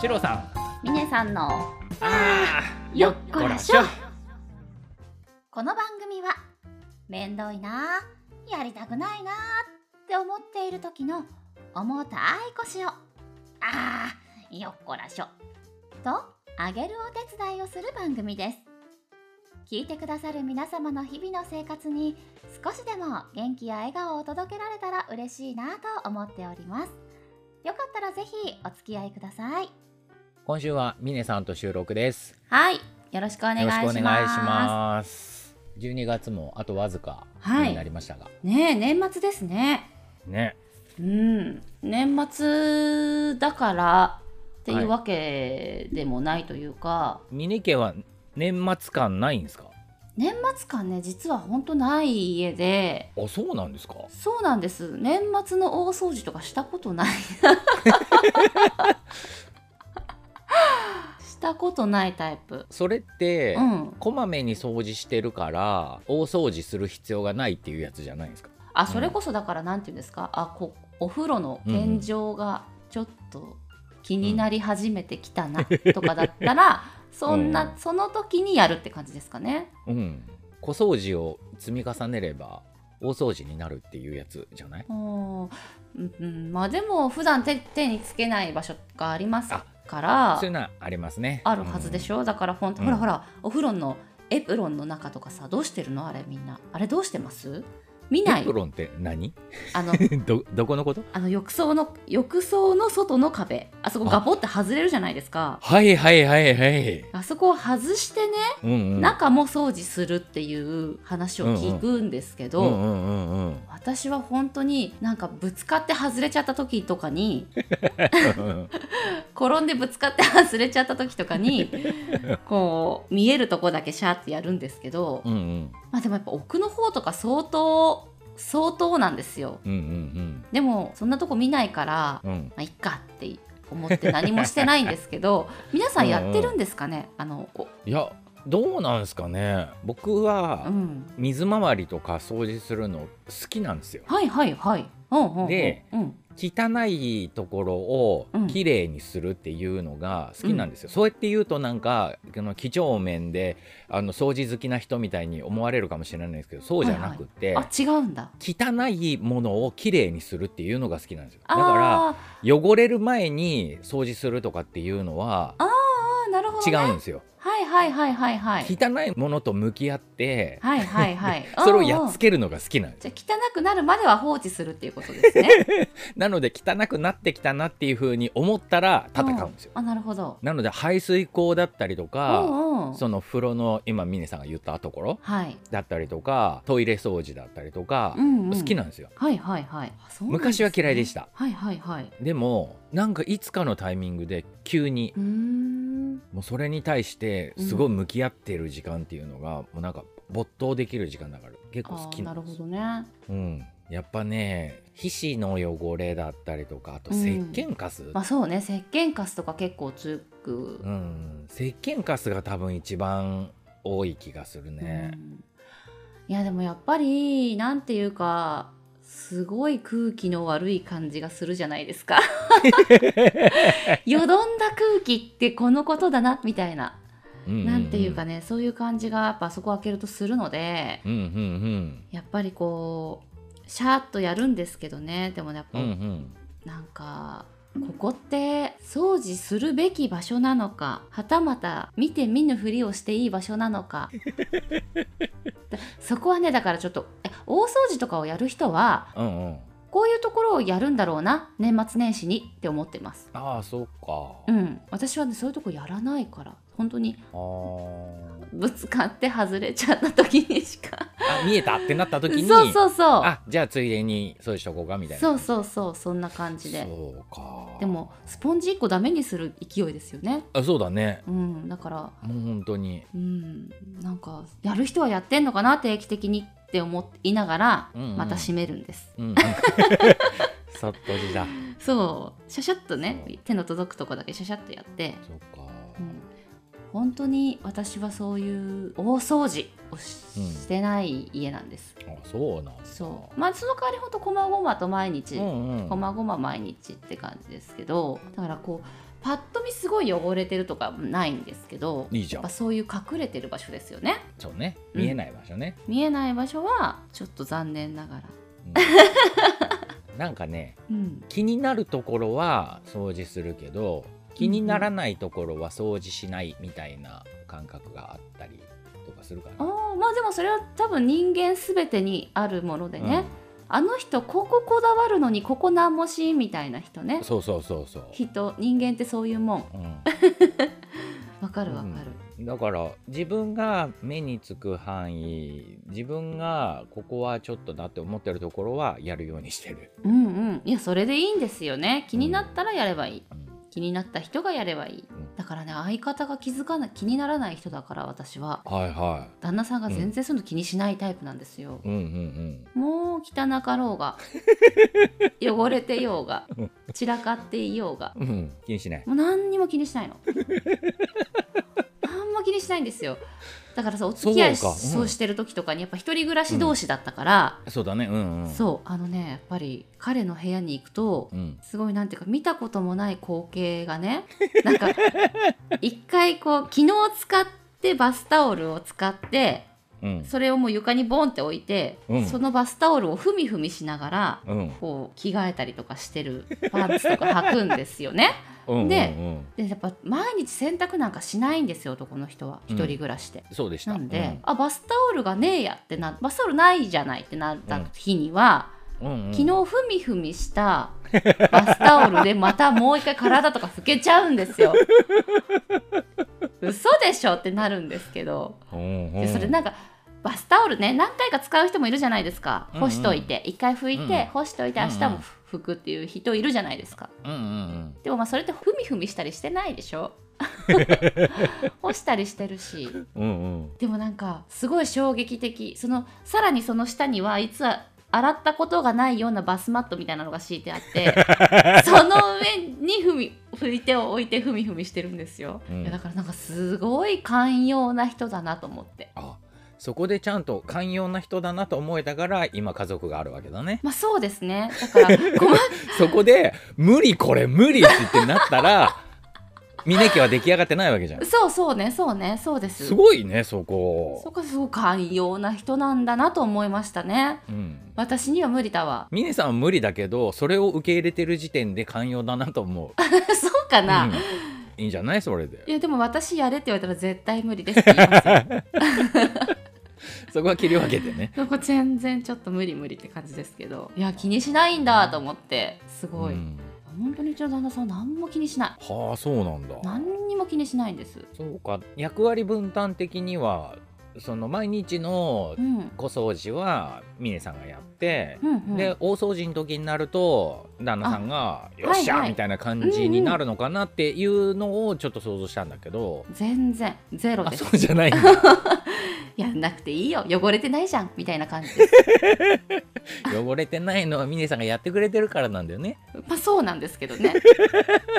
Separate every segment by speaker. Speaker 1: シロさん
Speaker 2: ミネさんの
Speaker 1: あー
Speaker 2: よっこらしょ
Speaker 1: よっ
Speaker 2: この番組はめんどいなあやりたくないなあって思っている時の重たい腰をあーよっこらしょとあげるお手伝いをする番組です聞いてくださる皆様の日々の生活に少しでも元気や笑顔を届けられたら嬉しいなあと思っておりますよかったらぜひお付き合いください
Speaker 1: 今週はミネさんと収録です
Speaker 2: はいよろしくお願いし
Speaker 1: よろ
Speaker 2: ま
Speaker 1: し
Speaker 2: す
Speaker 1: くお願いします12月もあとわずか
Speaker 2: はい
Speaker 1: になりましたが、
Speaker 2: ねえ年末ですね
Speaker 1: ね
Speaker 2: うん、年末だからって
Speaker 1: はいいう
Speaker 2: わけでもないというか、
Speaker 1: ミネ家は年末感ないんですか
Speaker 2: 年末感ね実は本当ない家で
Speaker 1: あそうなんですか
Speaker 2: そうなんです年末の大掃除とかしたこと ないしたことないタイプ
Speaker 1: それって、
Speaker 2: うん
Speaker 1: こまめに掃除してるから大掃除する必要がないっていうやつじゃないんですか
Speaker 2: あそれこそだからなんていうんですかあこお風呂の天井がちょっと気になり始めてきたな とかだったら、そんな、
Speaker 1: うん
Speaker 2: その時にやるって感じですかね
Speaker 1: うん小掃除を積み重ねれば大掃除になるっていうやつじゃない
Speaker 2: おーうんうん、まあでも普段手手につけない場所がありますから
Speaker 1: そういうのはありますね
Speaker 2: あるはずでし
Speaker 1: ょ、
Speaker 2: ょ、だからほんと
Speaker 1: うん
Speaker 2: ほらほら、お風呂のエプロンの中とかさどうしてるのあれみんなあれどうしてます
Speaker 1: う
Speaker 2: 見
Speaker 1: ん
Speaker 2: な
Speaker 1: エ
Speaker 2: い
Speaker 1: プロンって何
Speaker 2: あの
Speaker 1: どどこのこと
Speaker 2: あの浴槽の浴槽の外の壁あそこガポって外れるじゃないですか
Speaker 1: はいはいはいはい、
Speaker 2: あそこを外してね、
Speaker 1: うんうん、
Speaker 2: 中も掃除するっていう話を聞くんですけど、
Speaker 1: うんうんうんうん
Speaker 2: 私は本当になんかぶつかって外れちゃった時とかに 転んでぶつかって外れちゃった時とか にこう見えるとこだけシャーってやるんですけど、
Speaker 1: うんうん
Speaker 2: まあでもやっぱ奥の方とか相当相当なんですよ
Speaker 1: うんうん
Speaker 2: でもそんなとこ見ないから、
Speaker 1: うんうん
Speaker 2: まあいっかって思って何もしてないんですけど皆さんやってるんですかねあのお
Speaker 1: いやどうなんですかね僕は
Speaker 2: うん
Speaker 1: 水回りとか掃除するの好きなんですよ
Speaker 2: はいはいはいうんうんうん
Speaker 1: で
Speaker 2: うん
Speaker 1: 汚いところを
Speaker 2: うん
Speaker 1: きれいにするっていうのが好きなんですよ、そうやって言うとなんかこの几帳面であの掃除好きな人みたいに思われるかもしれないんですけどそうじゃなくて、
Speaker 2: あ違うんだ
Speaker 1: 汚いものをきれいにするっていうのが好きなんですよだ
Speaker 2: あ
Speaker 1: から
Speaker 2: ー
Speaker 1: 汚れる前に掃除するとかっていうのは
Speaker 2: あーなるほど、
Speaker 1: 違
Speaker 2: ね、
Speaker 1: うんですよ、
Speaker 2: はいはいはいはいはい
Speaker 1: 汚いものと向き合って、
Speaker 2: はいはいはい
Speaker 1: それをやっつ
Speaker 2: け
Speaker 1: けるのが好きなんです
Speaker 2: じゃあ汚くなるまでは放置するっていうことですね
Speaker 1: なので汚くなってきたなっていうふうに思ったら戦うんですよ、
Speaker 2: あなるほど
Speaker 1: なので排水口だったりとか、
Speaker 2: うんうん
Speaker 1: その風呂の今峰さんが言ったところ
Speaker 2: はい、
Speaker 1: だったりとかトイレ掃除だったりとか、
Speaker 2: うんうん、
Speaker 1: 好きなんですよ
Speaker 2: はいはいはいあそうなんです
Speaker 1: 昔
Speaker 2: ね
Speaker 1: は嫌いでした
Speaker 2: はいはいはいう
Speaker 1: でもなんかいつかのタイミングで急に
Speaker 2: ーん
Speaker 1: もうそれに対してすごい向き合ってる時間っていうのが、もうなんか没頭できる時間だから結構
Speaker 2: あ
Speaker 1: 好
Speaker 2: ー
Speaker 1: き
Speaker 2: な
Speaker 1: なん
Speaker 2: る
Speaker 1: です
Speaker 2: ほどね
Speaker 1: うん、やっぱね皮脂の汚れだったりとかあと
Speaker 2: うん
Speaker 1: 石鹸カス、
Speaker 2: まあそうね石鹸カスとか結構つく
Speaker 1: う、ん、石鹸カスが多分一番多い気がする
Speaker 2: う
Speaker 1: ね。
Speaker 2: んいやでもやっぱりなんていうかすごい空気の悪い感じがするじゃないですか よどんだ空気ってこのことだなみたいな、
Speaker 1: うう
Speaker 2: なんていうか。ねそういう感じがやっぱそこ開けるとするので
Speaker 1: うんうん
Speaker 2: やっぱりこうシャーッとやるんですけどねでもねやっ
Speaker 1: う
Speaker 2: ぱ、
Speaker 1: ん。うんうん。
Speaker 2: なんかここって掃除するべき場所なのかはたまた見て見ぬふりをしていい場所なのか だそこはねだからちょっとえ大掃除とかをやる人は
Speaker 1: うんうん。
Speaker 2: こういうところをやるんだろうな年末年始にって思ってます
Speaker 1: ああそうか。
Speaker 2: うん私はねそういうとこやらないから本当に
Speaker 1: あ
Speaker 2: ぶつかって外れちゃった時にしか
Speaker 1: あ。あ見えたってなった時に。
Speaker 2: そうそうそう
Speaker 1: あじゃあついでにそうしとこうかみたいな。
Speaker 2: そう
Speaker 1: う
Speaker 2: そうそうそんな感じで
Speaker 1: そうか。
Speaker 2: で。もスポンジ1個ダメにする勢いですよね
Speaker 1: あそうだね。
Speaker 2: うんだから
Speaker 1: もう本当に。
Speaker 2: うん、なんかやる人はやってんのかな定期的にって思いながら
Speaker 1: うんうん
Speaker 2: また閉めるんです、
Speaker 1: うんうん。さっとじだ。
Speaker 2: そうシャシャッとね
Speaker 1: そう
Speaker 2: 手の届くとこだけシャシャッとやって、
Speaker 1: そうか。
Speaker 2: うん、本当に私はそういう大掃除をし
Speaker 1: うん
Speaker 2: してない家なんです、
Speaker 1: あそうなんだ。
Speaker 2: そうまあその代わりほんとこまごまと毎日、
Speaker 1: うんうん。
Speaker 2: こまごま毎日って感じですけどだからこうパッと見すごい汚れてるとかないんですけど
Speaker 1: いいじゃ
Speaker 2: やっ
Speaker 1: ん
Speaker 2: ぱそういう隠れてる場所ですよね
Speaker 1: そうね
Speaker 2: うん
Speaker 1: 見えない場所ね、
Speaker 2: 見えない場所はちょっと残念ながら、
Speaker 1: うん なんかね
Speaker 2: うん、
Speaker 1: 気になるところは掃除するけど気にならないところは掃除しないみたいな感覚があったりとかするか
Speaker 2: あ
Speaker 1: な。
Speaker 2: ーまあでもそれは多分人間すべてにあるものでね、あの人こここだわるのにここなんもしんみたいな人
Speaker 1: う
Speaker 2: ね
Speaker 1: ん、そうそうそうそう。
Speaker 2: 人人間ってそういうもん
Speaker 1: うん
Speaker 2: わかるわか
Speaker 1: う
Speaker 2: る、
Speaker 1: んだから自分が目につく範囲自分がここはちょっとだって思ってるところはやるようにしてる、
Speaker 2: うん、うんいやそれでいいんですよね気になったらやればいい
Speaker 1: うん
Speaker 2: 気になった人がやればいい
Speaker 1: ん
Speaker 2: だからね相方が気づかない気にならない人だから私は
Speaker 1: はいは
Speaker 2: 旦那さんが全然そういうの気にしないタイプなんですよ
Speaker 1: い、うんうん
Speaker 2: もう汚かろう が汚れてようが
Speaker 1: うん
Speaker 2: 散らかっていようが
Speaker 1: うんうん気にしない
Speaker 2: もう何にも気にしないの何も気にしないんですよだからさお付き合いし
Speaker 1: そ
Speaker 2: そうう,、
Speaker 1: かうん
Speaker 2: してる時とかにやっぱ一人暮らし同士だったから、
Speaker 1: そうだねうんうん
Speaker 2: そうあのねやっぱり彼の部屋に行くと、
Speaker 1: うん
Speaker 2: すごいなんていうか見たこともない光景がねな んか一回こう昨日使ってバスタオルを使って
Speaker 1: うん
Speaker 2: それをもう床にボンって置いて、
Speaker 1: うん
Speaker 2: そのバスタオルをふみふみしながら
Speaker 1: うん
Speaker 2: こう着替えたりとかしてる パンツとか履くんですよね。
Speaker 1: うん
Speaker 2: で
Speaker 1: うんうん
Speaker 2: でやっぱ毎日洗濯なんかしないんですよ男の人は
Speaker 1: うん
Speaker 2: 一人暮らしで。
Speaker 1: そうでした
Speaker 2: なんで、あバスタオルがねえやってなバスタオルないじゃないってなった日には、
Speaker 1: うんうんうん
Speaker 2: 昨日ふみふみした バスタオルでまたもう一回体とか拭けちゃうんですよ。嘘でしょってなるんですけど、
Speaker 1: うんうん
Speaker 2: でそれなんかバスタオルね何回か使う人もいるじゃないですか
Speaker 1: うんうん
Speaker 2: 干しといて一回拭い
Speaker 1: うん
Speaker 2: て干しといて
Speaker 1: うんう
Speaker 2: 明
Speaker 1: ん
Speaker 2: 日も拭くっていう人いるじゃないですか。
Speaker 1: うんうん
Speaker 2: でもまあそれってふみふみしたりしてないでしょ 干したりしてるし
Speaker 1: うんうんうん
Speaker 2: でもなんかすごい衝撃的そのさらにその下にはいつは洗ったことがないようなバスマットみたいなのが敷いてあって その上にふみ拭いてを置いてふみふみしてるんですよ、
Speaker 1: うん
Speaker 2: いやだからなんかすごい寛容な人だなと思って
Speaker 1: あそこでちゃんと寛容な人だなと思えたから今家族があるわけだね
Speaker 2: まあそうですねだ からごま
Speaker 1: そこで「無理これ無理」って言ってなったら峰家は出来上がってないわけじゃん
Speaker 2: そうそうねそうねそうです
Speaker 1: すごいねそこ
Speaker 2: そこすごい寛容な人なんだなと思いましたね
Speaker 1: うん
Speaker 2: 私には無理だわ
Speaker 1: 峰さんは無理だけどそれを受け入れてる時点で寛容だなと思う、
Speaker 2: そうかな、
Speaker 1: うんいいんじゃないそれで
Speaker 2: いやでも私やれって言われたら絶対無理ですって言いますよ
Speaker 1: そこは切り分けてね
Speaker 2: そこ全然ちょっと無理無理って感じですけどいや気にしないんだと思ってすごい、
Speaker 1: うん
Speaker 2: 本当にうちの旦那さん何も気にしな
Speaker 1: はあそうなんだ
Speaker 2: い何にも気にしないんです
Speaker 1: そうか役割分担的にはその毎日の
Speaker 2: うん
Speaker 1: 小掃除は峰さんがやって、
Speaker 2: うんうん
Speaker 1: で大掃除の時になると旦那さんが「よっしゃ!
Speaker 2: はいはい
Speaker 1: みたいな感じになるのかなっていうのをちょっと想像したんだけど、
Speaker 2: 全然ゼロ
Speaker 1: あ
Speaker 2: です
Speaker 1: そうじゃないんだ
Speaker 2: やんなくていいよ汚れてないじゃんみたいな感じです
Speaker 1: 汚れてないのは峰さんがやってくれてるからなんだよね
Speaker 2: まあそうなんですけどね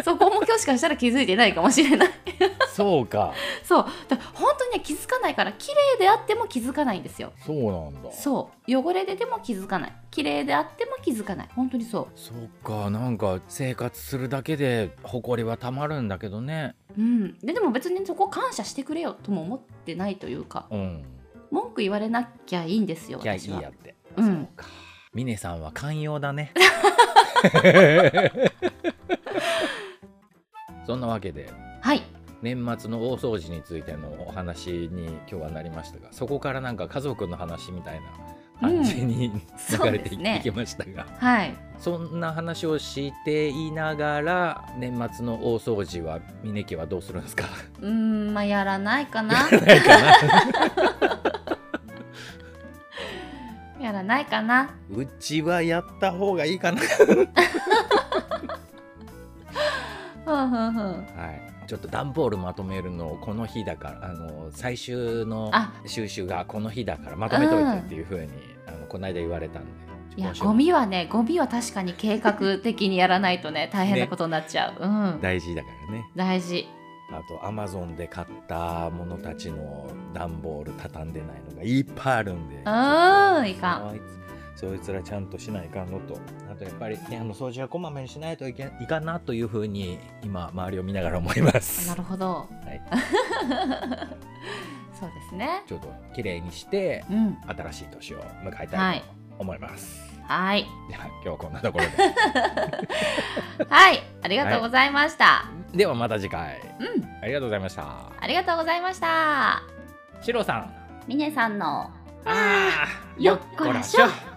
Speaker 2: そこも今日しかしたら気づいてないかもしれない
Speaker 1: そうか
Speaker 2: そうだから本当にね気づかないから綺麗であっても気づかないんですよ
Speaker 1: そうなんだ
Speaker 2: そう汚れてても気づかない綺麗であっても気づかない本当にそ
Speaker 1: そうかなんか生活するだけで埃はたまるんだけどね
Speaker 2: ううんででも別にそこ感謝してくれよとも思ってないというか
Speaker 1: うん
Speaker 2: 文句言われなきゃいいんですよ
Speaker 1: いやい
Speaker 2: 私
Speaker 1: い
Speaker 2: は
Speaker 1: やって、
Speaker 2: うん
Speaker 1: そうか峰さんは寛容だ ねそんなわけで
Speaker 2: はい
Speaker 1: 年末の大掃除についてのお話に今日はなりましたがそこからなんか家族の話みたいな感じに、
Speaker 2: そう
Speaker 1: 流れ
Speaker 2: で
Speaker 1: て
Speaker 2: す
Speaker 1: い,、
Speaker 2: ね
Speaker 1: きましたが
Speaker 2: はい
Speaker 1: そんな話をしていながら年末の大掃除は峰家はどうするんですか
Speaker 2: うーんまあやらないかな
Speaker 1: ないかな
Speaker 2: やらないかな
Speaker 1: うちはやった方がいいかな
Speaker 2: ふんふんふん
Speaker 1: はいちょっと段ボールまとめるのをこの日だからあの最終の
Speaker 2: あ
Speaker 1: 収集がこの日だからまとめといてっていうふうに、あのこの間言われたんで
Speaker 2: いや
Speaker 1: 今週
Speaker 2: ゴミはねゴミは確かに計画的にやらないとね 大変なことになっちゃう、うん
Speaker 1: 大事だからね
Speaker 2: 大事
Speaker 1: あとアマゾンで買ったものたちの段ボール畳んでないのがいっぱいあるんで
Speaker 2: うーんい
Speaker 1: ちょっと
Speaker 2: かん
Speaker 1: あいつそいつらちゃんとしないかんのとあとやっぱりねあの掃除はこまめにしないといけいかんなというふうに今周りを見ながら思います
Speaker 2: なるほど。
Speaker 1: い
Speaker 2: そうですね。
Speaker 1: ちょっと綺麗にして
Speaker 2: うん。
Speaker 1: 新しい年を迎え
Speaker 2: は
Speaker 1: たい
Speaker 2: い
Speaker 1: と思います、
Speaker 2: はい。
Speaker 1: では今日はこんなとこ ろ
Speaker 2: はい。ありがとうございました。
Speaker 1: でではまた次回
Speaker 2: うん。
Speaker 1: ありがとうございました
Speaker 2: ありがとうございました。
Speaker 1: シロさん
Speaker 2: ミネさんの
Speaker 1: あー
Speaker 2: よっこらしょ